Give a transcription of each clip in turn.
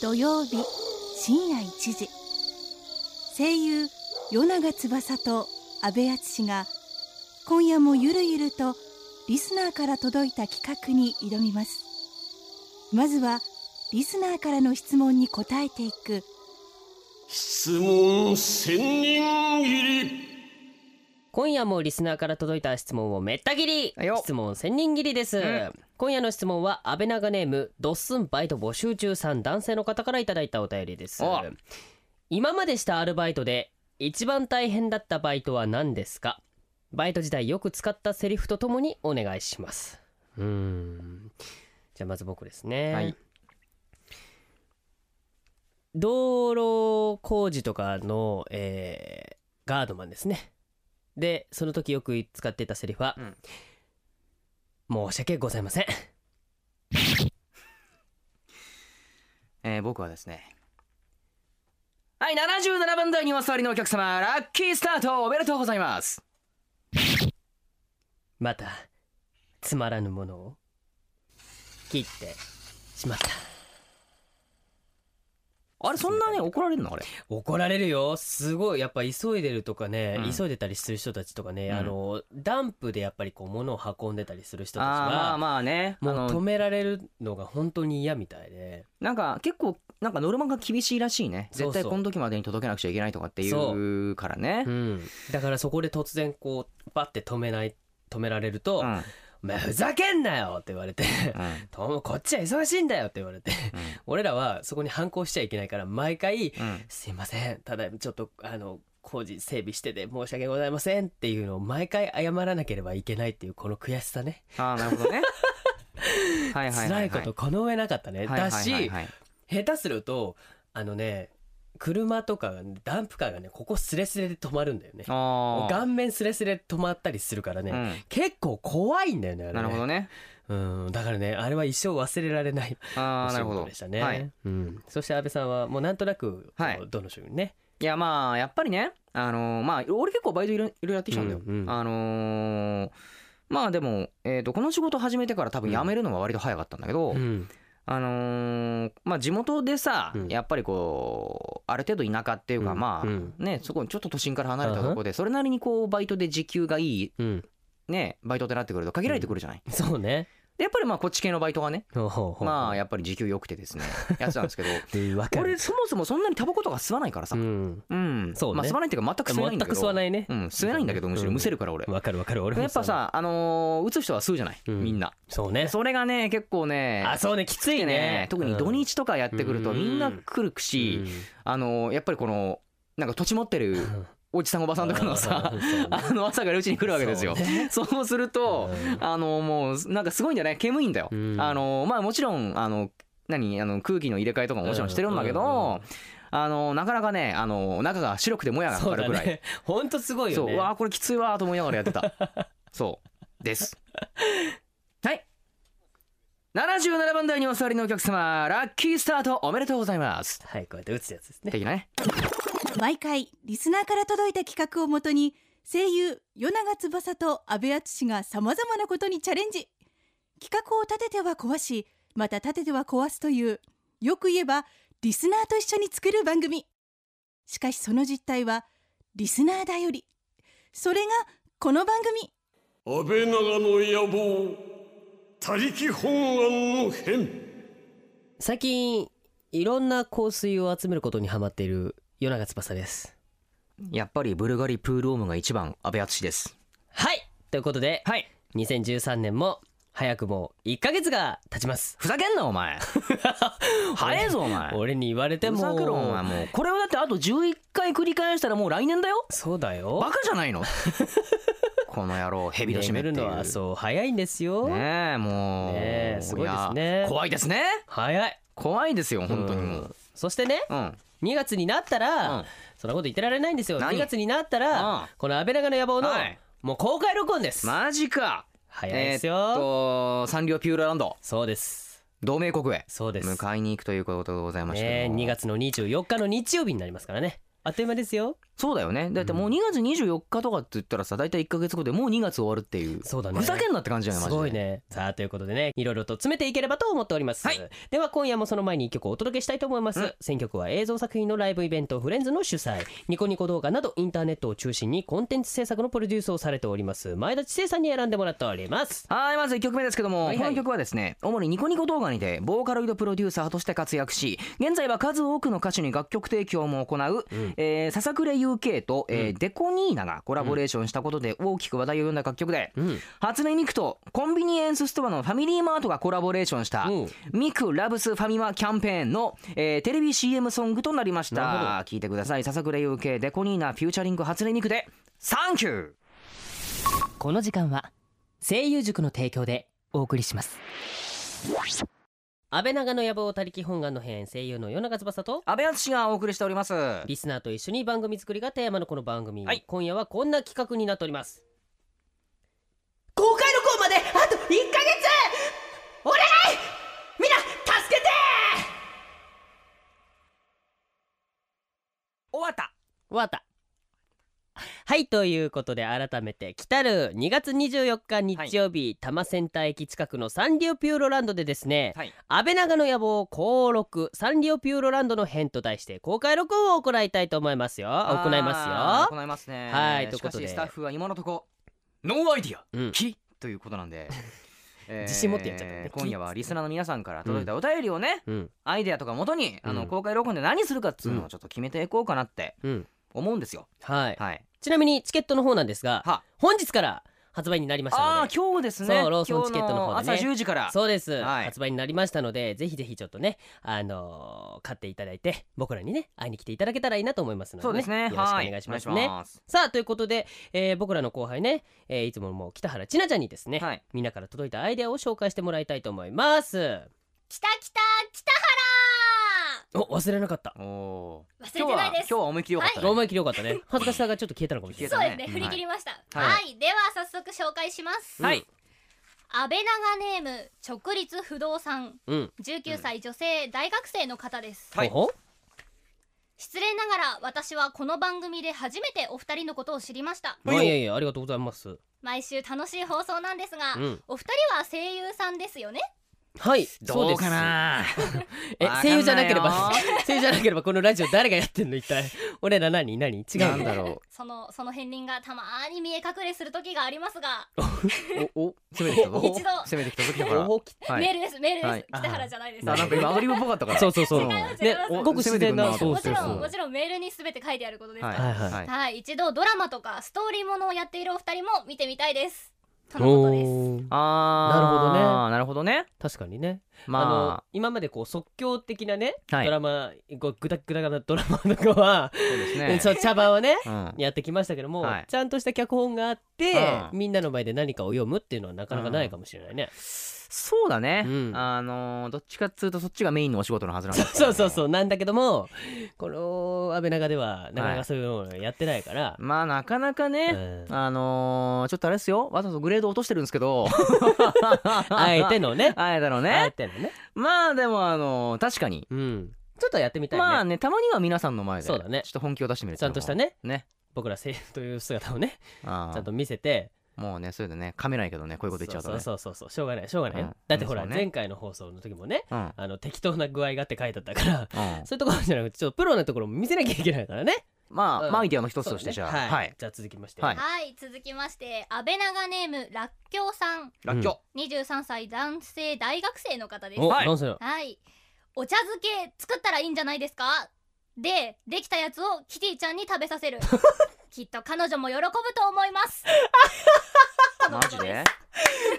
土曜日深夜1時声優与永翼と阿部淳が今夜もゆるゆるとリスナーから届いた企画に挑みますまずはリスナーからの質問に答えていく質問千人切り今夜もリスナーから届いた質問をめった切りはいよ質問千人切りです、ん今夜の質問は安倍長ネームドッスンバイト募集中さん男性の方からいただいたお便りですお今までしたアルバイトで一番大変だったバイトは何ですかバイト時代よく使ったセリフとともにお願いしますうーんじゃあまず僕ですね、はい道路工事とかの、えーガードマンですねでその時よく使っていたセリフはうん「申し訳ございませんえー僕はですねはい77番台にお座りのお客様ラッキースタートおめでとうございますまたつまらぬものを切ってしまったあれそんなね怒られるのあれ」怒られるよすごいやっぱ急いでるとかね、うん急いでたりする人たちとかね、うんあのダンプでやっぱりこう物を運んでたりする人たちあーまあはまあねあもう止のめられるのが本当に嫌みたいでなんか結構なんかノルマが厳しいらしいねそうそう絶対この時までに届けなくちゃいけないとかっていそうからねうん、だからそこで突然こうバッて止めない止められると「うんうんお前ふざけんなよ!」って言われて「とこっちは忙しいんだよ!」って言われて 俺らはそこに反抗しちゃいけないから毎回うんうん「すいませんただちょっとあの工事整備してて申し訳ございません」っていうのを毎回謝らなければいけないっていうこの悔しさねああなるほど ねはいはいはい、は辛い、いことこの上なかったねはいはいだはいしはい下手するとあのね車とかがねダンプカーがねここスレスレで止まるんだよねあ顔面スレスレで止まったりするからね、ー、結構怖いんだよねあれうん、ねなるほどねうんだからねあれは一生忘れられないおああ仕なるほ事どでしたね、はい、うん、そして安倍さんはもうなんとなく、はいこうどの職にねいやまあやっぱりねあのーまあ俺結構バイトいろいろやってきたんだよ、うんうんあのーまあでも、えー、とこの仕事始めてから多分辞めるのが割と早かったんだけど、うんあのーまあ地元でさ、うんやっぱりこうある程度田舎っていうか、うんまあ、うんねそこちょっと都心から離れたところでそれなりにこうバイトで時給がいいうんねバイトってなってくると限られてくるじゃない、そうねでやっぱりまあこっち系のバイトがねほうほうほうまあやっぱり時給良くて ですねやつなんですけどうんわかる俺そもそもそんなにタバコとか吸わないからさう、んうんそうねまあ、吸わないっていうか全く吸わない全んだくけど吸わないねうん、吸えないんだけどむしろうんむせるから俺、わかるわかる俺もやっぱさあのー打つ人は吸うじゃない、うんみんなそうねそれがね結構ねあそうねきついね特に土日とかやってくるとうんみんな来るし、あのーやっぱりこのなんか土地持ってるおじさんおばさんとかのさ あの朝からうちに来るわけですよそうそう,、すると、あのーもうなんかすごいんじゃない煙いんだよ、うんあのーまあもちろんあの何あの空気の入れ替えとかももちろんしてるんだけど、あのーなかなかねあのー中が白くてもやがかそかうるだぐらい、ね ほんとすごいよそうねうわあこれきついわーと思いながらやってた そうですはい77番台にお座りのお客様ラッキースタートおめでとうございますはいこうやって打つやつですね的なね毎回リスナーから届いた企画をもとに声優与永翼と阿部淳がさまざまなことにチャレンジ企画を立てては壊しまた立てては壊すというよく言えばリスナーと一緒に作る番組しかしその実態はリスナーだよりそれがこの番組安倍長の野望他力本願の変最近いろんな香水を集めることにハマっている夜長翼ですやっぱりブルガリプールオウムが一番安倍敦ですはいということで、はい2013年も早くも1ヶ月が経ちますふざけんな お前早えぞお前俺に言われてふもざけろお前もうこれをだってあと11回繰り返したらもう来年だよそうだよバカじゃな いのこの野郎蛇の締め眠っているうのはそう早いんですよ、ねえもうねえすごいですねや怖いですね早い怖いですよ本当にもううんそしてねうん2月になったら、うんそんなこと言ってられないんですよ何2月になったら、うんこの「安倍長の野望の」はいもう公開録音です、マジか早いですよ、えーっとサンリオピューロランドそうです同盟国へそうです迎えに行くということでございましたけねども2月の24日の日曜日になりますからねあっという間ですよそうだよねだってもう2月24日とかって言ったらさ大体1か月後でもう2月終わるっていうそうだねふざけんなって感じじゃないすマごジですいねさあということでねいろいろと詰めていければと思っております、はいでは今夜もその前に一曲お届けしたいと思います、うん選曲は映像作品のライブイベントフレンズの主催ニコニコ動画などインターネットを中心にコンテンツ制作のプロデュースをされております前田知世さんに選んでもらっておりますはいまず1曲目ですけども、はいはいこの曲はですね主にニコニコ動画にてボーカロイドプロデューサーとして活躍し現在は数多くの歌手に楽曲提供も行う、んえー笹倉 UK と、えーデコニーナがコラボレーションしたことで大きく話題を呼んだ楽曲で、うん初音ミクとコンビニエンスストアのファミリーマートがコラボレーションしたうん「ミクラブスファミマキャンペーンの」えーテレビ CM ソングとなりましなるほどた聞いてください笹倉 UK デコニーナフューチャリング初音ミクで「サンキュー!」この時間は声優塾の提供でお送りします安倍長の野望たりき本願の編声優の与永翼と安倍淳がお送りしておりますリスナーと一緒に番組作りがテーマのこの番組、はい今夜はこんな企画になっております公開の号まであと1ヶ月お願いみんな助けて終わったわかったはいということで改めて来たる2月24日日曜日、多摩センター駅近くのサンリオピューロランドでですね、はい安倍長の野望公録サンリオピューロランドの編と題して公開録音を行いたいと思いますよ行いあますーよ行いますねはいということでしかしスタッフは今のとこノーアイディア、うんキということな んでえー自信持ってやっちゃったね今夜はリスナーの皆さんから届いたお便りをね、うんアイデアとか元に、あうのん公開録音で何するかっつうのをちょっと決めていこうかなってうん思うんですよ、はい、はいちなみにチケットの方なんですがは本日から発売になりましたのでああー今日ですねそうローソンチケットの方でね今日朝10時からそうです、はい発売になりましたのでぜひぜひちょっとねあのー買っていただいて僕らにね会いに来ていただけたらいいなと思いますので、そうですねよろしくおは願いしますお願ねいしますさあということで、えー僕らの後輩ね、えーいつももう北原千奈ちゃんにですね、はいみんなから届いたアイデアを紹介してもらいたいと思いますきたきたきたお忘れなかったおーは今日はら忘れてない今です日は思い切りよかったね、思い切りよかった ね恥ずかしさがちょっと消えたのかもしれないそうですねはい振り切りましたはいはい、では早速紹介しますはい安倍長ネーム直立不動産うん、うん19歳女性大学生の方ですはいほほ失礼ながら私はこの番組で初めてお二人のことを知りましたまあいやいやありがとうございますう毎週楽しい放送なんですが、んお二人は声優さんですよねはいどうかなえわかんないよ声優じゃなければ 声優じゃなければこのラジオ誰がやってんの一体俺ら何何違うなんんだだろそのその片鱗がたまーに見え隠れする時がありますが、うおお攻めてきたぞ一度攻めてきた時だからおはいメールですメールです、はい北原じゃないですあなんか今アドリブっぽかったからそうそう そう違います違いますねごく自然なお攻そうもめてちくるなとろそうんもちろんメールに全て書いてあることですから、はいははいいはい一度ドラマとかストーリーものをやっているお二人も見てみたいですとのことですおーあなるほどねなるほどね確かにねあのま今までこう即興的なねあドはいラマこうグダグダなドラマとかはそうですねそう茶番はねうんやってきましたけどもはいちゃんとした脚本があってうんみんなの前で何かを読むっていうのはなかなかないかもしれないねそうだねうんあのどっちかっつうとそっちがメインのお仕事のはずなんだけど そうそうそうなんだけどもこの安倍長ではなかなかそういうのをやってないからまあなかなかうねんあのーちょっとあれですよわざとグレード落としてるんですけど あえてのねあえてのあえねてのねまあでもあのー確かにうんちょっとやってみたいねまあねたまには皆さんの前でちそょうだねっと本気を出してみるっちていゃうんのともしたねね僕ら声優という姿をねあーちゃんと見せてもうねそれでねカメラやけどねこういうこと言っちゃうとねそうそうそうそうしょうがないしょうがないよ、うんだってほら、そうね前回の放送の時もねうんうんあの適当な具合がって書いてあったから そういうところじゃなくてちょっとプロなところも見せなきゃいけないからねまあうんまあアイデアの一つとしてじそうゃだあねはい、はいじゃあ続きまして、はいはい続きまして安倍長ネームらっきょうさんらっきょ23歳男性大学生の方ですお、はいなんすよはいお茶漬け作ったらいいんじゃないですかでできたやつをキティちゃんに食べさ せるきっと彼女も喜ぶと思いますマジで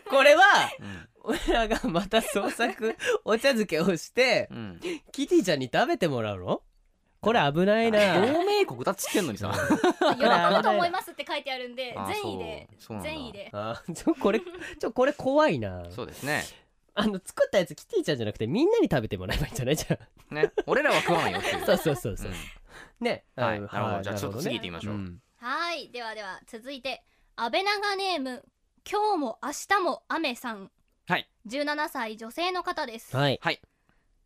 これはうん俺らがまた創作 お茶漬けをしてうんキティちゃんに食べてもらうのこれ危ないな同盟国だっつってんのにさ喜ぶと思いますって書いてあるんであー 善意でそうそうなんだ善意であちょこれちょこれ怖いなそうですねあの作ったやつキティちゃんじゃなくてみんなに食べてもらえばいいんじゃないじゃんね俺らは食わないよっていうそうそう そうそう、ねうんはいあのなるほどじゃあちょっと次行ねってみましょううんはいではでは続いて安倍長ネーム今日も明日も雨さんはい17歳女性の方ですはいはい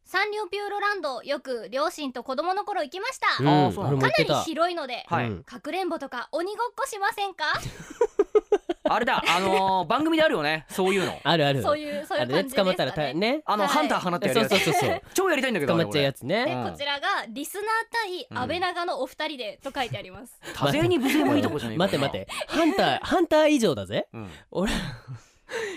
サンリオピューロランドよく両親と子供の頃行きました、うんあーそうな俺のもか言なってりた広いので、はいうんかくれんぼとか鬼ごっこしません かあれだあのー番組であるよねそういうのあるあるそういうそういあうれね感じで捕まっすたらか大ねねあの、はいハンター放ってやそるうやつそうそうそう 超やりたいんだけど捕まっちゃうやつつねでうんこちらがリスナー対安倍長のお二人でと書いてあります、多勢に無勢もいいとこじゃねえか待って待ってハンターハンター以上だぜうん俺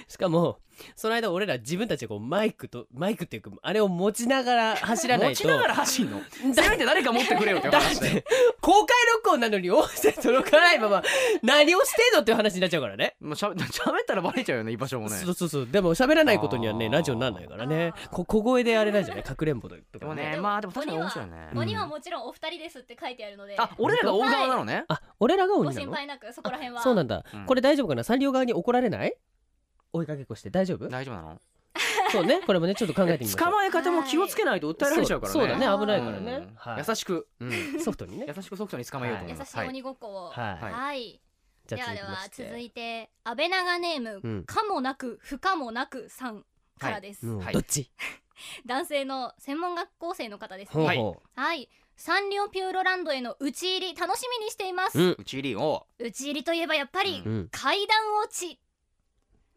しかもその間俺ら自分たちでこうマイクとマイクっていうかあれを持ちながら走らない持とちながら走んのせめて誰か持ってくれよってだっ話でて公開録音なのに音声届かないまま何をしてんのっていう話になっちゃうからねもうしゃべ喋ったらバレちゃうよね居場所もねそうそうそうでも喋らないことにはあねーラジオにならないからねこ小声であれなんじゃないかくれんぼとでかもねねでもまあでも確かに面白いねうん鬼はもちろんお二人ですって書いてあるので、あ俺らが大側なのねあ俺らがご鬼な心の配なくそこら辺はそうなんだ、うんこれ大丈夫かなサンリオ側に怒られない追いかけっこして大丈夫大丈夫なのそうねこれもねちょっと考えてみましょう捕まえ方も気をつけないと訴えられちゃうからねそうそうだね危ないからうねん、はい優しくソフトにね優しくソフトに捕まえようと思い優ましすい鬼ごっこをはいはい、じでゃあはで続きまはして続いて安倍長ネーム、うんかもなく不可もなくさんからです、うんはいどっち男性の専門学校生の方ですほうねはいほはいサンリオピューロランドへの打ち入り楽しみにしています、うんうち入りを打ち入りといえばやっぱり、ううん階段落ち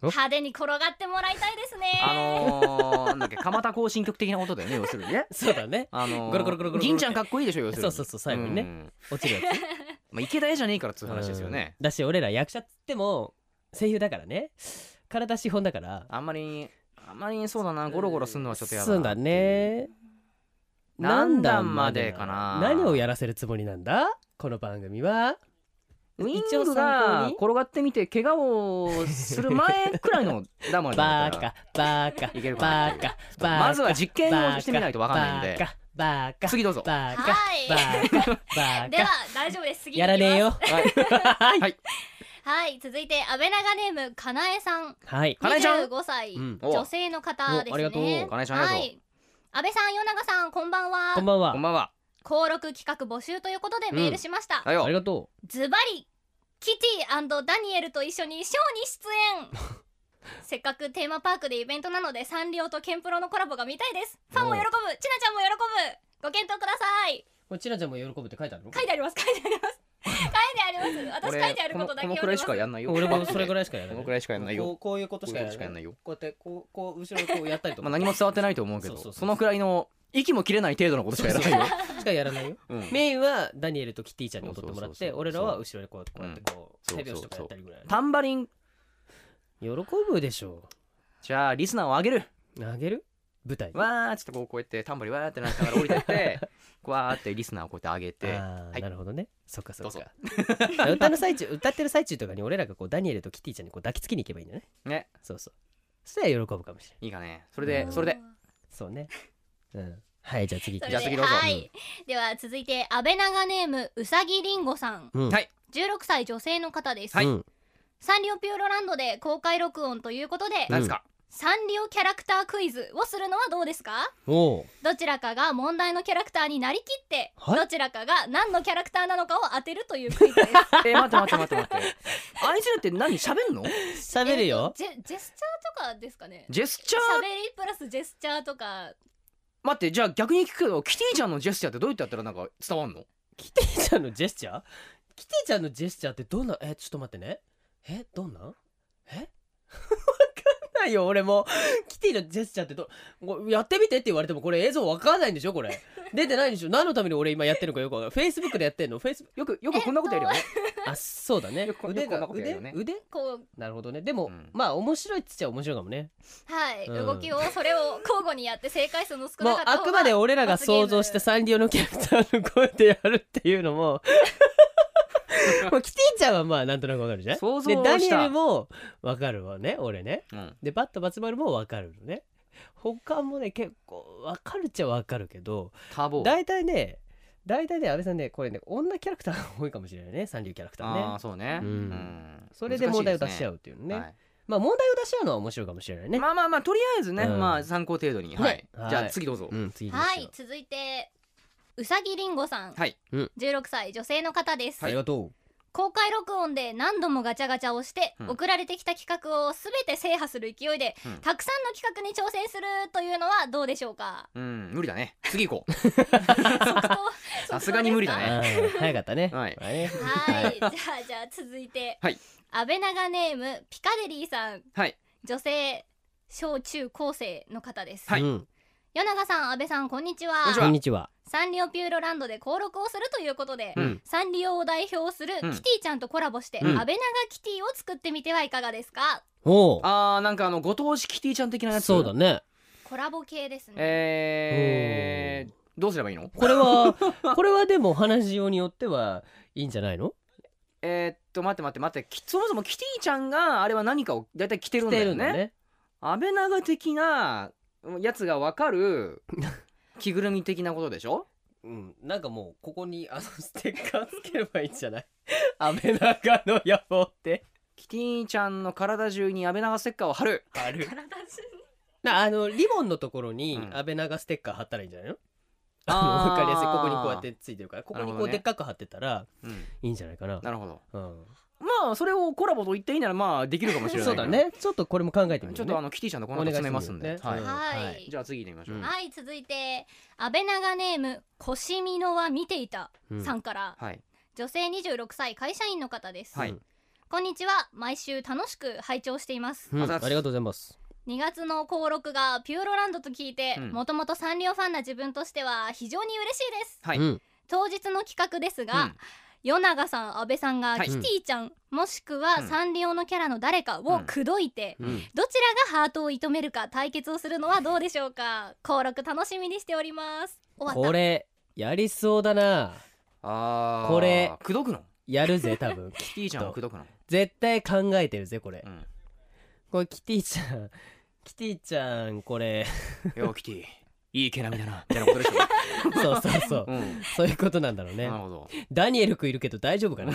お派手に転がってもらいたいですねあのーなんだっけ蒲田行進曲的なことだよね要するにねそうだねあのーゴロゴロゴロゴロ銀ちゃんかっこいいでしょ要するにそうそうそう最後にねん落ちるやつまあ池田屋じゃねえからっつう話ですよねうんだし俺ら役者っつっても声優だからね体資本だからあんまりあんまりそうだなゴロゴロすんのはちょっとやだなそうだね何段までかな何をやらせるつもりなんだこの番組はウィン一応グ参考がに転がってみて怪我をする前くらいのダマバカバカいけるかバカバカまずは実験をしてみないとわかんないんでバカバカ次どうぞバカはいバカバではカ大丈夫です次にやらねえ行きまよは いはいはいすはい続いて安倍長ネームかなえさんはいかなえちゃん25歳、うんお女性の方ですねおありがとうかなえちゃんありがとうはい安倍さん与永さんこんばんはこんばんはこんばんは登録企画募集ということでメールしました、だよありがとズバリキティダニエルと一緒にショーに出 演せっかくテーマパークでイベントなのでサンリオとケンプロのコラボが見たいですファンも喜ぶちなちゃんも喜ぶご検討くださいうこれちなちゃんも喜ぶって書いてあるの書いてあります書いてあります 書いてあります私書いてあることだけ俺このこのく読んらでいましすかやんないよ俺もそれぐらいしかやらないこのくらいしかやらないよこうこういうことしかやらこういうことしかやらなないいよよこうやってこうこう後ろにこうやったりとまかあ何も伝わってないと思うけそうそうどそうそのくらいの息も切れない程度のことしかやらないよしかやらないようんメインはダニエルとキティちゃんに踊ってもらっそうそうそうてそう俺らは後ろでこうこうやってこううん手拍子とかやったりぐらいタンバリン喜ぶでしょじゃあリスナーを上げるうあげる舞台わーっつってこうこうやってタンバリンわーってなったから降り てってこうわーってリスナーをこうやって上げてあーはいなるほどねそっかそっどうか 歌の最中歌ってる最中とかに俺らがこうダニエルとキティちゃんにこう抱きつきに行けばいいんだねねそうそうそしたら喜ぶかもしれないいいかねそれでうんそれでそうねうんはいじゃあ次行きそれまでしょじゃあ次どうぞはい、では続いて安倍長ネームうさぎりんごさんううんはい16歳女性の方です、うんサンリオピューロランドで公開録音ということで、うん何 ですかサンリオキャラクタークイズをするのはどうですかおうどちらかが問題のキャラクターになりきって、はいどちらかが何のキャラクターなのかを当てるというクイズ ですえ待って待って待って待ってあいつらって何喋んの喋るよえっとジェジェスチャーとかですかねジェスチャー喋りプラスジェスチャーとか待ってじゃあ逆に聞くけどキティちゃんのジェスチャーってどうやってやったらなんか伝わんのキティちゃんのジェスチャーキティちゃんのジェスチャーってどんなえちょっと待ってねえどんなえわかんないよ俺もキティのジェスチャーってどこれやってみてって言われてもこれ映像わかんないんでしょこれ出てないんでしょ何のために俺今やってるのかよくわかんないフェイスブックでやってんのフェイスよくよくこんなことやるよねあそうだねよくこ腕よくこんがなことやる腕よね腕こうなるほどねでも、うんまあ面白いっつっちゃ面白いかもねはい、うん動きをそれを交互にやって正解数の少もなうかったあ方がくまで俺らが想像したサンリオのキャラクターの声でやるっていうのも もうキティちゃんはまあなんとなくわかるじゃん想像でをダニしエたルもわかるわね俺ねうんでバットバツバルもわかるのね他もね結構わかるっちゃわかるけどターボ大体ね大体ね安倍さんねこれね女キャラクターが多いかもしれないねサンリオキャラクターあねあそうねうんうんそれで問題を出し合ううっていうねまあ問題を出し合うのは面白いかもしれないね、まあまあまあとりあえずねうんまあ参考程度にはいねはいじゃあ次どうぞうん次行きまはしょうい続いてうさぎりんごさんはい16歳女性の方です、ありがとう公公開録音で何度もガチャガチャをして、うん送られてきた企画を全て制覇する勢いで、うんたくさんの企画に挑戦するというのはどうでしょうかうん無理だね 次行こ即答 さすがに無理だねあー早かったね。はいねはい、じゃあじゃあ続いて、はい、安倍長ネームピカデリーさん、はい、女性小中高生の方です。はいうん与永さん、安倍さん、こんにちは。こんにちこんにちは。サンリオピューロランドで登録をするということで、うんサンリオを代表するうんキティちゃんとコラボして、うん安倍長キティを作ってみてはいかがですか。おうあーなんかあのご当地キティちゃん的なやお。つそうだね。コラボ系ですね。えーどうすればいいのこれは これはでも話しようによってはいいんじゃないの？えーっと待って待って待ってきそもそもキティちゃんがあれは何かを大体着てるんだてよるんだねね。安倍長的なやつがわかる着ぐるみ的なことでしょうん。なんかもうここにあのステッカーつければいいんじゃない？ 安倍長の野望ってキティちゃんの体中に安倍長ステッカーを貼るある。体中なあのリボンのところにうん安倍長ステッカー貼ったらいいんじゃないの？ああ のーわかりやすいここにこうやってついてるからここになるこほどうねでっかく貼ってたらうんいいんじゃないかな。なるほどうん。まあそれをコラボと言っていいならまあできるかもしれないそうだね。ちょっとこれも考えてみちょるっとあね。のキティちゃんとこのお願後いし詰めますんでね。はいうんはいじゃあ次行ってみましょううんはい、続いて安倍長ネームコシミノは見ていたうんさんから、はい女性26歳会社員の方です、はいこんにちは毎週楽しく拝聴していますうんあありがりがとうございまとすうございます。 2月の登録がピューロランドと聞いてうんもともとサンリオファンな自分としては非常に嬉しいですはいうん当日の企画ですうがん、与永さん安倍さんがはいキティちゃん、もしくうはんサンリオのキャラの誰かを口説いて、うんどちらがハートを射止めるか対決をするのはどうでしょうか登録楽しみにしております終わったこれやりそうだな。あーこれ口説くのやる ぜ多分キティちゃんを口説くの絶対考えてるぜこれうんこれキティちゃんキティちゃんこ れようキティいい毛並みだなみたいなことでしょそうそうそううんそういうことなんだろうねなるほどダニエルくんいるけど大丈夫 かな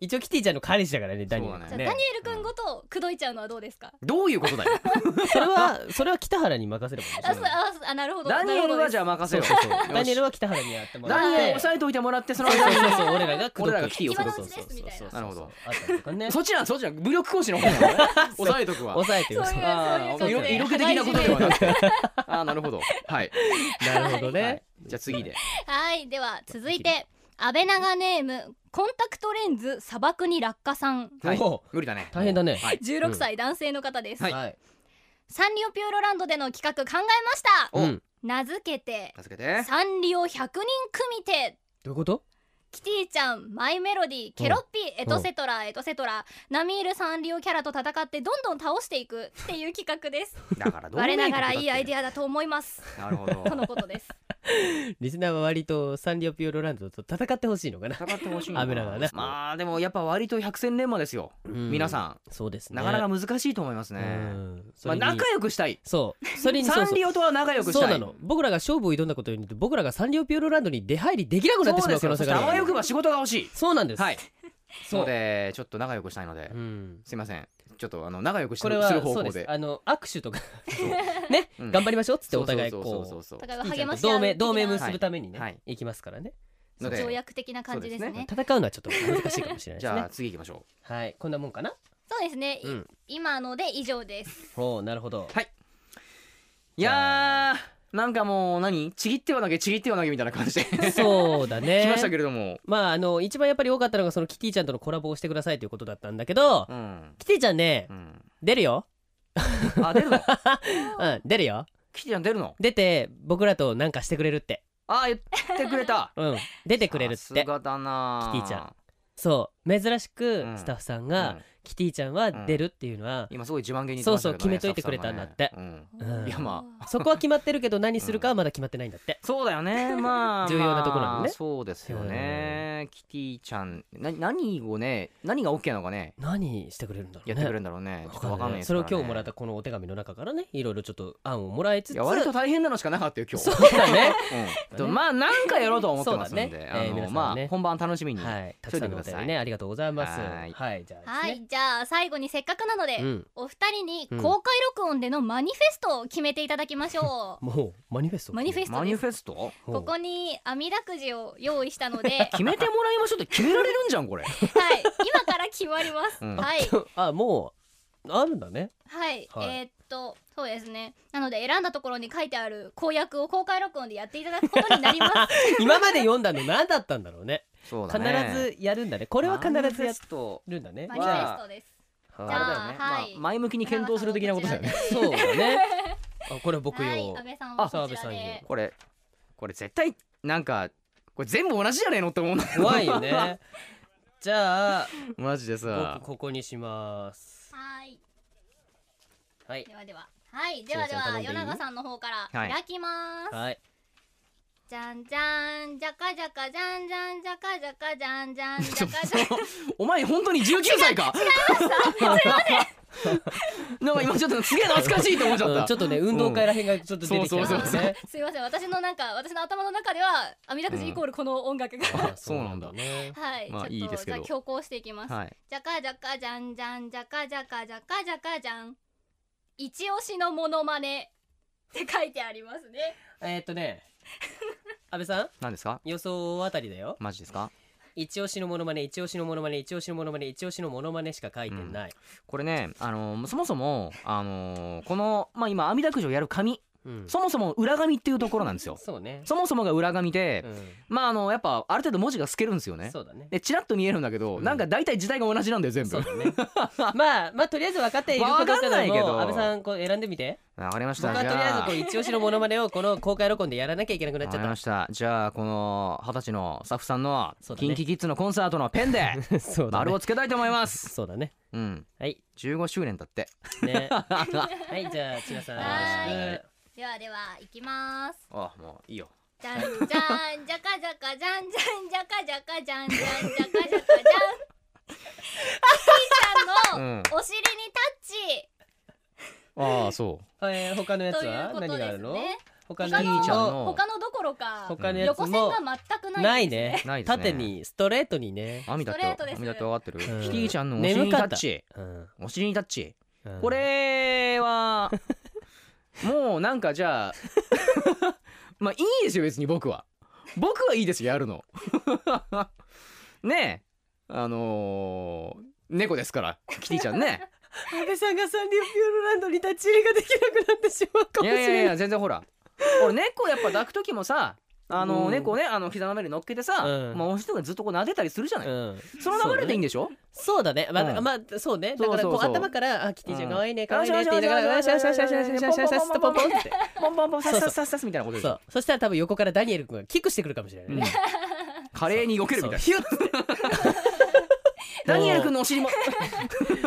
一応キティちゃんの彼氏だからねダニエルそうじだゃあねダニエル君ごと口説いちゃうのはどうですか、どういう ことだよそれはそれは北原に任せればいいでしょあそうあそうあなるほどダニエルはじゃゃあ任せそうよそううそうダニエルはは北原にやってもらダっニてエル押さえておいてもら ってそのそうそうそう俺らが口説く俺らがキティを口口説説くく今のうちですみたないなるほどあったりとかねそっちなんそっちなん武力行使の方なの ね抑えと くわ抑えてるそういうあそうーいう色ことで色気的なことではなくてあーなるほどはいなるほどはねいじゃあ次ではいでは続いて安倍長ネームコンタクトレンズ砂漠に落下さんはいおう無理だね大変だねはい16歳男性の方です、はいはいサンリオピューロランドでの企画考えましたおうん名付けて助けてサンリオ100人組手どういうことキティちゃんマイメロディケロッピエトセトラエトセトラナミールサンリオキャラと戦ってどんどん倒していくっていう企画ですだから どう我ながらいいアイデアアだと思いますなるほどとのことですリスナーは割とサンリオピューロランドと戦ってほしいのかな戦ってほしいな危ないわねまあでもやっぱ割と百戦錬磨ですよ皆んさそうですんねなかなか難しいと思いますうねんそまれあに仲良くしたいそうそれにそサうンそうリオとは仲良くしそうたないの僕らが勝負を挑んだことによって僕らがサンリオピューロランドに出入りできなくなってしまう可能性があそうですよそしてあわるよくば仕事が欲しいそうなんですはいそのうでちょっと仲良くしたいのでうんすいませんちょっとあの仲良くしこすれるは方そう法ですであの握手とか ねうん頑張りましょうっつってそうお互いそうこそううそうそうお互いを励まし合同う盟的な同盟結ぶためにはねい行きますからねので条約的な感じですそうですね戦うのはちょっと難しいかもしれないでじすゃあね次行きましょはいこんなもんかなそうですね、いうん今ので以上ですおおなるほ どういやーなんかもう何ちぎっては投げちぎっては投げみたいな感じでそうだね来ましたけれどもまああの一番やっぱり多かったのがそのキティちゃんとのコラボをしてくださいということだったんだけどうんキティちゃんねうん出るよあ出る のうん出るよキティちゃん出るの出て僕らとなんかしてくれるってあ言ってくれた うん出てくれるっさてすがだなキティちゃんそう珍しくうんスタッフさんうが、んキティちゃんは出るっていうのは、今すごい自慢げに言ってましそたけどうそうね決めといてくれたんだってスタッフさんがねうんいやまそこは決まってるけど何するかはまだ決まってないんだって、そうだよ ねまあ重要なところなのねまあそうですよねキティちゃんな何をね何が OK なのかね何してくれるんだろうねやってくれるんだろうねちょっとわかんないですそかれらをね今日もらったこのお手紙の中からねいろいろちょっと案をもらいついつや割と大変なのしかなかったよ今日 そうだねうんとまあなんかやろうとは思ってますんで、そうだねあえーの皆さんまねあ本番楽しみに、はいたくさんのおしと便いてくださりいねありがとうございますはいはいじゃあですねはい、じじゃあ最後にせっかくなので、うんお二人にうん公開録音でのマニフェストを決めていただきましょう、もうマニフェストマニフェストマニですフェストほうここに網だくじを用意したので はい決めてもらいましょうって決められるんじゃん これ今から決まります、うんはいあもうあるんだねはい、はいえーっとそうですねなので選んだところに書いてある公約を公開録音でやっていただくことになります今まで読んだの何だったんだろうねそうだ必ねずやるんだねここれは必ずやとるんだねマニフェストですあれじだゃよあ、ね、はまあい、前向きに検討する的なことだよねそうだねあこれは僕よ、はい、安倍さんあはこち澤ら部さんでよこれこれ絶対なんかこれ全部同じじゃねえのって思うんだけど怖いよねじゃあ マジでさ僕ここにしますはいはいではでははいではでしのちゃん頼はんでいい与永さんの方からはい開きます、はいじゃんじゃんじゃかじゃかじゃんじゃんじゃかじゃかじゃんじゃんじゃかじゃかお前本当に19歳 か違いましたなんか今ちょっとすげえ懐かしいと思っちゃっうた、んちょっとね運動会らへんがちょっと出てきたそうそうそうねすいません私のなんか私の頭の中では網だくじイコールこの音楽が、あそうねはい、まあいちいょっでとすけじどゃあ強行していきます、はいじゃかじゃかじゃんじゃんじゃかじゃかじゃかじゃかじゃん一押しのモノマネって書いてありますねえー、っとね安倍さん何ですか予想あたりだよマジですか一押しのモノマネ一押しのモノマネ一押しのモノマネ一押しのモノマネしか書いてない、これねあのーそもそもあのーこのまあ今網だくじをやる紙うんそもそも裏紙っていうところなんですよそうねそもそもが裏紙で、うまああのやっぱある程度文字が透けるんですよんねそうだねでチラッと見えるんだけど、うんなんか大体時代が同じなんだよ全部そうわだね まあまあとりあえず分かっていることわかんないけどもう安倍さんこう選んでみてかりまし僕たはとじりあえずゃあこう一押しのモノマネをこの公開録音でやらなきゃいけなくなっわちかゃっりまたしたじゃあこの二十歳のスタッフさんのそうだね KinKiKids のコンサートのペ ンでそうだ丸ねをつけたいと思いますそうだねうん はい15周年だってねはいじゃあ千奈さんはーいよろしくではでは行きますあもういいよじゃんじゃんじゃかじゃかじゃんじゃんじゃかじゃかじゃんじゃんじゃかじゃかじゃうん。ひーちゃんのんお尻にああそうえー他のやタッチつというはこ何とがあでるすのね。他他のやつもあの他のどころか他のやつ横も線が全くなないいでねすね。ないですね縦にストレートにね網だっストレートてです網だって分かってるうんキティちゃんのお尻にタッチうんお尻にタッチうんこれ はもうなんかじゃあ まあいいですよ別に僕は僕はいいですよやるの ねえあのー猫ですからキティちゃんね安倍さんがサンリオピューロランドに立ち入りができなくなってしまうかいもしやいやれいないや全然ほら俺猫やっぱ抱く時もさあのーうん猫ねあの膝の上に乗っけてさ、うんまあ、お尻とかずっとこう撫でたりするじゃない、うんその流れでいいんでしょそうだね。まあ、うんまあ、そうね。だから、こうそうそうそう頭から、あ、キティちゃん可愛いね、可愛いうんねって言いながら、あよしそうそようしそうよしよしよしよしよしよしよしポンポンって。ポンポンポンそサうッそうサッサッサッみたいなことでしそょう。そしたら多分横からダニエル君がキックしてくるかもしれないうね。ん華麗に避けるみたいなそうヒュッダニエル君のお尻も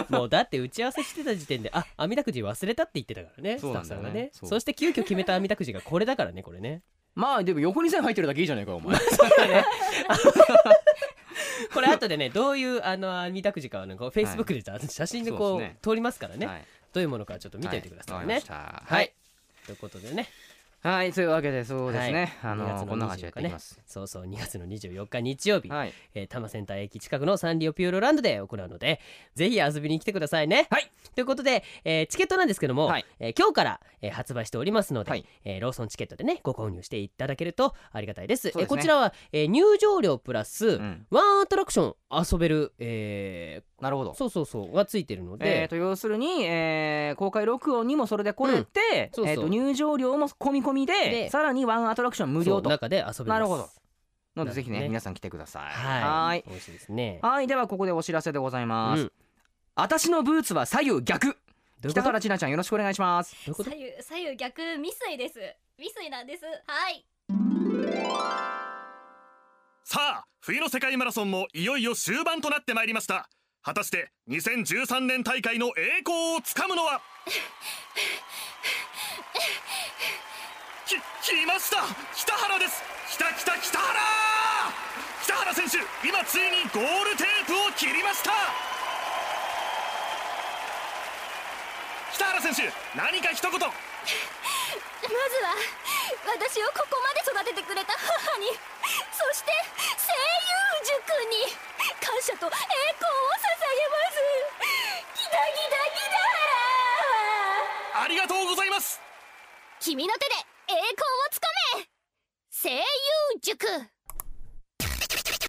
もうだって打ち合わせしてた時点で、あ、網だくじ忘れたって言ってたからね、スタそうッなフんさだよんねがね。そうそして急遽決めた網だくじがこれだからね、これね。まあでも横に線入ってるだけいいじゃないかお前 これ後でね、どういうあの網だくじかはね、こう Facebook でじゃあ写真でそこううですね通りますからね。いどういうものかちょっと見ておいてくださいはねわ。かりましたははいい。ということでね。はいというわけでそうですねはいあ2月ののこんな感じで24やっていきますそうそう、2月の24日日曜日。はいえー、多摩センター駅近くのサンリオピューロランドで行うのでぜひ遊びに来てくださいね。はいということで、えーチケットなんですけども、はいえー今日から、えー発売しておりますので、はいえーローソンチケットでねご購入していただけるとありがたいです。そうえーですこねちらは、えー入場料プラス、うんワンアトラクション遊べる、えなるほーどそうそうそうがついてるのえーで、と要するにえー公開録音にもそれで来れてえそうそうーと入場料も込み込みででさらにワンアトラクション無料そうと中で遊べます。なるほどのでぜひなるほどねね皆さん来てくださいは。はいい美味しいですね。はいではここでお知らせでございまうすん私のブーツは左右逆どういうこと北原千奈ちゃんよろしくお願いしますどういうこと左右左右逆未遂です未遂なんですはいさあ冬の世界マラソンもいよいよ終盤となってまいりました果たして2013年大会の栄光をつかむのは き来ました北原です来た来た北原北原選手今ついにゴールテープを切りました北原選手何か一言まずは私をここまで育ててくれた母にそして声優塾に感謝と栄光を捧げますありがとうございます君の手で栄光をつかめ声優塾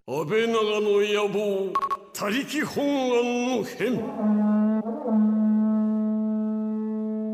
安倍長の野望他力本願の変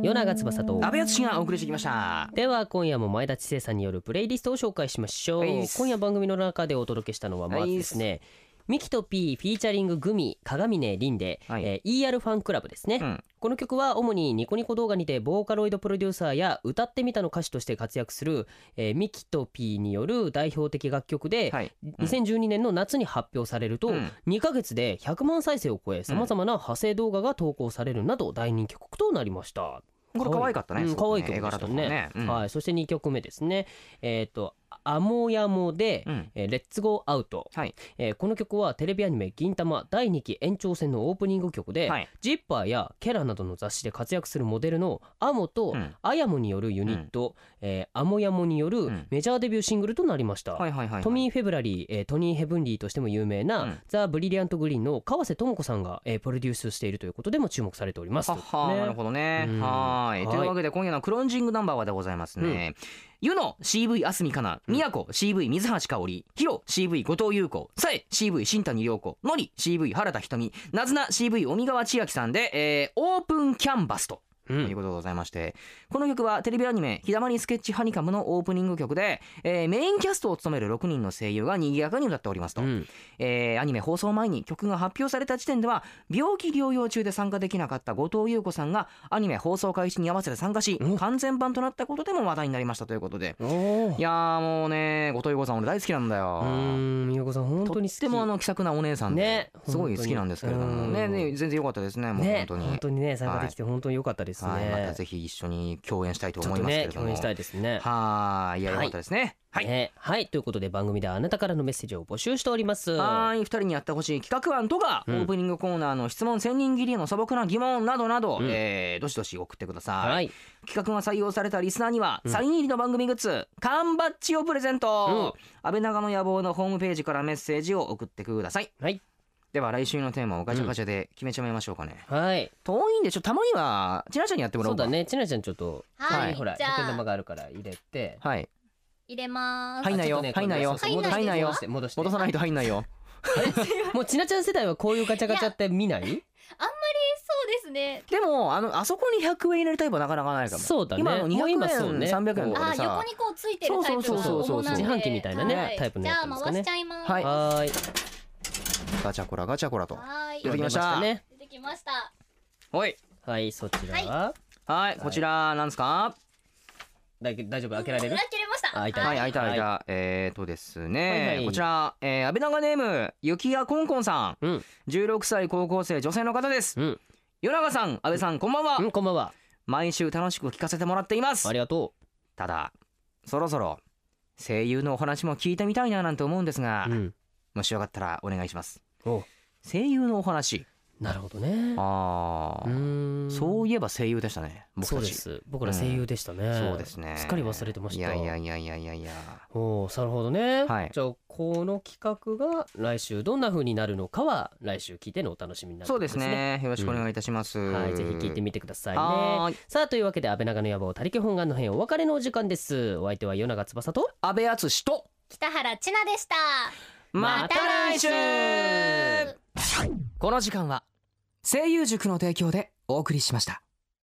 与永翼と安倍敦がお送りしてきましたでは今夜も前田知世さんによるプレイリストを紹介しましょうはいっす今夜番組の中でお届けしたのはまずですねミキと P フィーチャリンググミ鏡音凛で、はいえー ER ファンクラブですね、うんこの曲は主にニコニコ動画にてボーカロイドプロデューサーや歌ってみたの歌手として活躍する、えーミキと P による代表的楽曲で、はいうん2012年の夏に発表されると、うん2ヶ月で100万再生を超えさまざまな派生動画が投稿されるなど大人気曲となりました。これ可愛かったねうんすご可く愛いね曲でした絵柄とかもねね。うんはい、そして2曲目ですね。えっ、とアモヤモで、うんえーレッツゴーアウト、はいえーこの曲はテレビアニメ「銀魂」第2期延長戦のオープニング曲で、はいジッパーやケラなどの雑誌で活躍するモデルのアモとうんアヤモによるユニット、えーアモヤモによるんメジャーデビューシングルとなりました。はいはいはいトミー・フェブラリー、えートニー・ヘブンリーとしても有名な、うんザ・ブリリアント・グリーンの川瀬智子さんが、えープロデュースしているということでも注目されております。はっはー、ねなるほどねうんはーいはいというわけで今夜のクロンジングナンバーはでございますね、湯の CV あすみかな宮子 CV 水橋かおりヒロ CV 後藤優子さえ CV 新谷涼子のり CV 原田ひとみなずな CV 鬼川千秋さんで、えーオープンキャンバスとうんということでございまして、この曲はテレビアニメ「ひだまりスケッチハニカム」のオープニング曲で、えーメインキャストを務める6人の声優が賑やかに歌っておりますと、うんえーアニメ放送前に曲が発表された時点では病気療養中で参加できなかった後藤優子さんがアニメ放送開始に合わせて参加しうん完全版となったことでも話題になりましたということでおーいやーもうね後藤優子さん俺大好きなんうだーよ。ん、美代子さん本当に好き。とってもあの気さくなお姉さんで、ねすごい好きなんですけれども本当ねにね全然良かったですねもうね本、当に,、ね参加できて本当に良かったですね。はい、またぜひ一緒に共演したいとちょ思っいとますけれねども共演したいですね。はーい、いや、はよいかったですね。はい。ねはいということで番組ではあなたからのメッセージを募集しております。はーい、二人にやってほしい企画案とか、うんオープニングコーナーの質問、千人切りへの素朴な疑問などなど、うんえーどしどし送ってください。はい、企画が採用されたリスナーには、うんサイン入りの番組グッズ、缶バッジをプレゼント、安倍長の野望のホームページからメッセージを送ってください。はい、では、来週のテーマをガチャガチャで決めちゃいましょうかね。はい、遠いんで、ちょっとたまには、ちなちゃんにやってもらそうおうか。だ。ね、ちなちゃんちょっと、はいほら、じゃあ百円玉があるから入れて。はい。入れまーす入んないよあちょっとね入んないよこれねそうそう入んないよ戻して戻して戻さないと入んないよ。もうちなちゃん世代はこういうガチャガチャって見ない？そうですね でも、あの、あそこに100円入れるタイプはなかなかないかも。そうだね。今あの200もう今そうね円300円とかあでさ横にこうついてるタイプそうがそうそうそう主なんで自販機みたいなねタイプのやつですかねじゃあ回しちゃいますはいはーい。ガチャコラガチャコラと。はーい出てきましたね。出てきましたはい。はい、そちらははい、こちらなんですか。だい大丈夫開けられる裏？切れましたあ開いたはい、はあいたあいた。えーとですね、こちら、えー、安倍長ネーム、雪やこんこんさん。うん16歳高校生女性の方です。うん、与永さん、安倍さん、こんばんはう。ん、こんばんは。毎週楽しく聞かせてもらっていますあ。りがとただ、そろそろ声優のお話も聞いてみたいななんて思うんですがう。う、ん、もしよかったらお願いします。おう、声優のお話。なるほどね。あうあ、ーんそういえば声優でしたね。僕そうたでち。す僕ら声優でしたね、そうですね。すっかり忘れてましたいやいやいやいやいやいや。おーなるほどね、はいじゃあこの企画が来週どんな風になるのかは来週聞いてのお楽しみになるそうですということね。よろしくお願いいたします。はいぜひ聞いてみてくださいはねーいさあというわけで安倍長の野望たりけ本願の編お別れのお時間ですお相手は与永翼と安倍敦と北原千奈でしたまた来週この時間は声優塾の提供でお送りしました。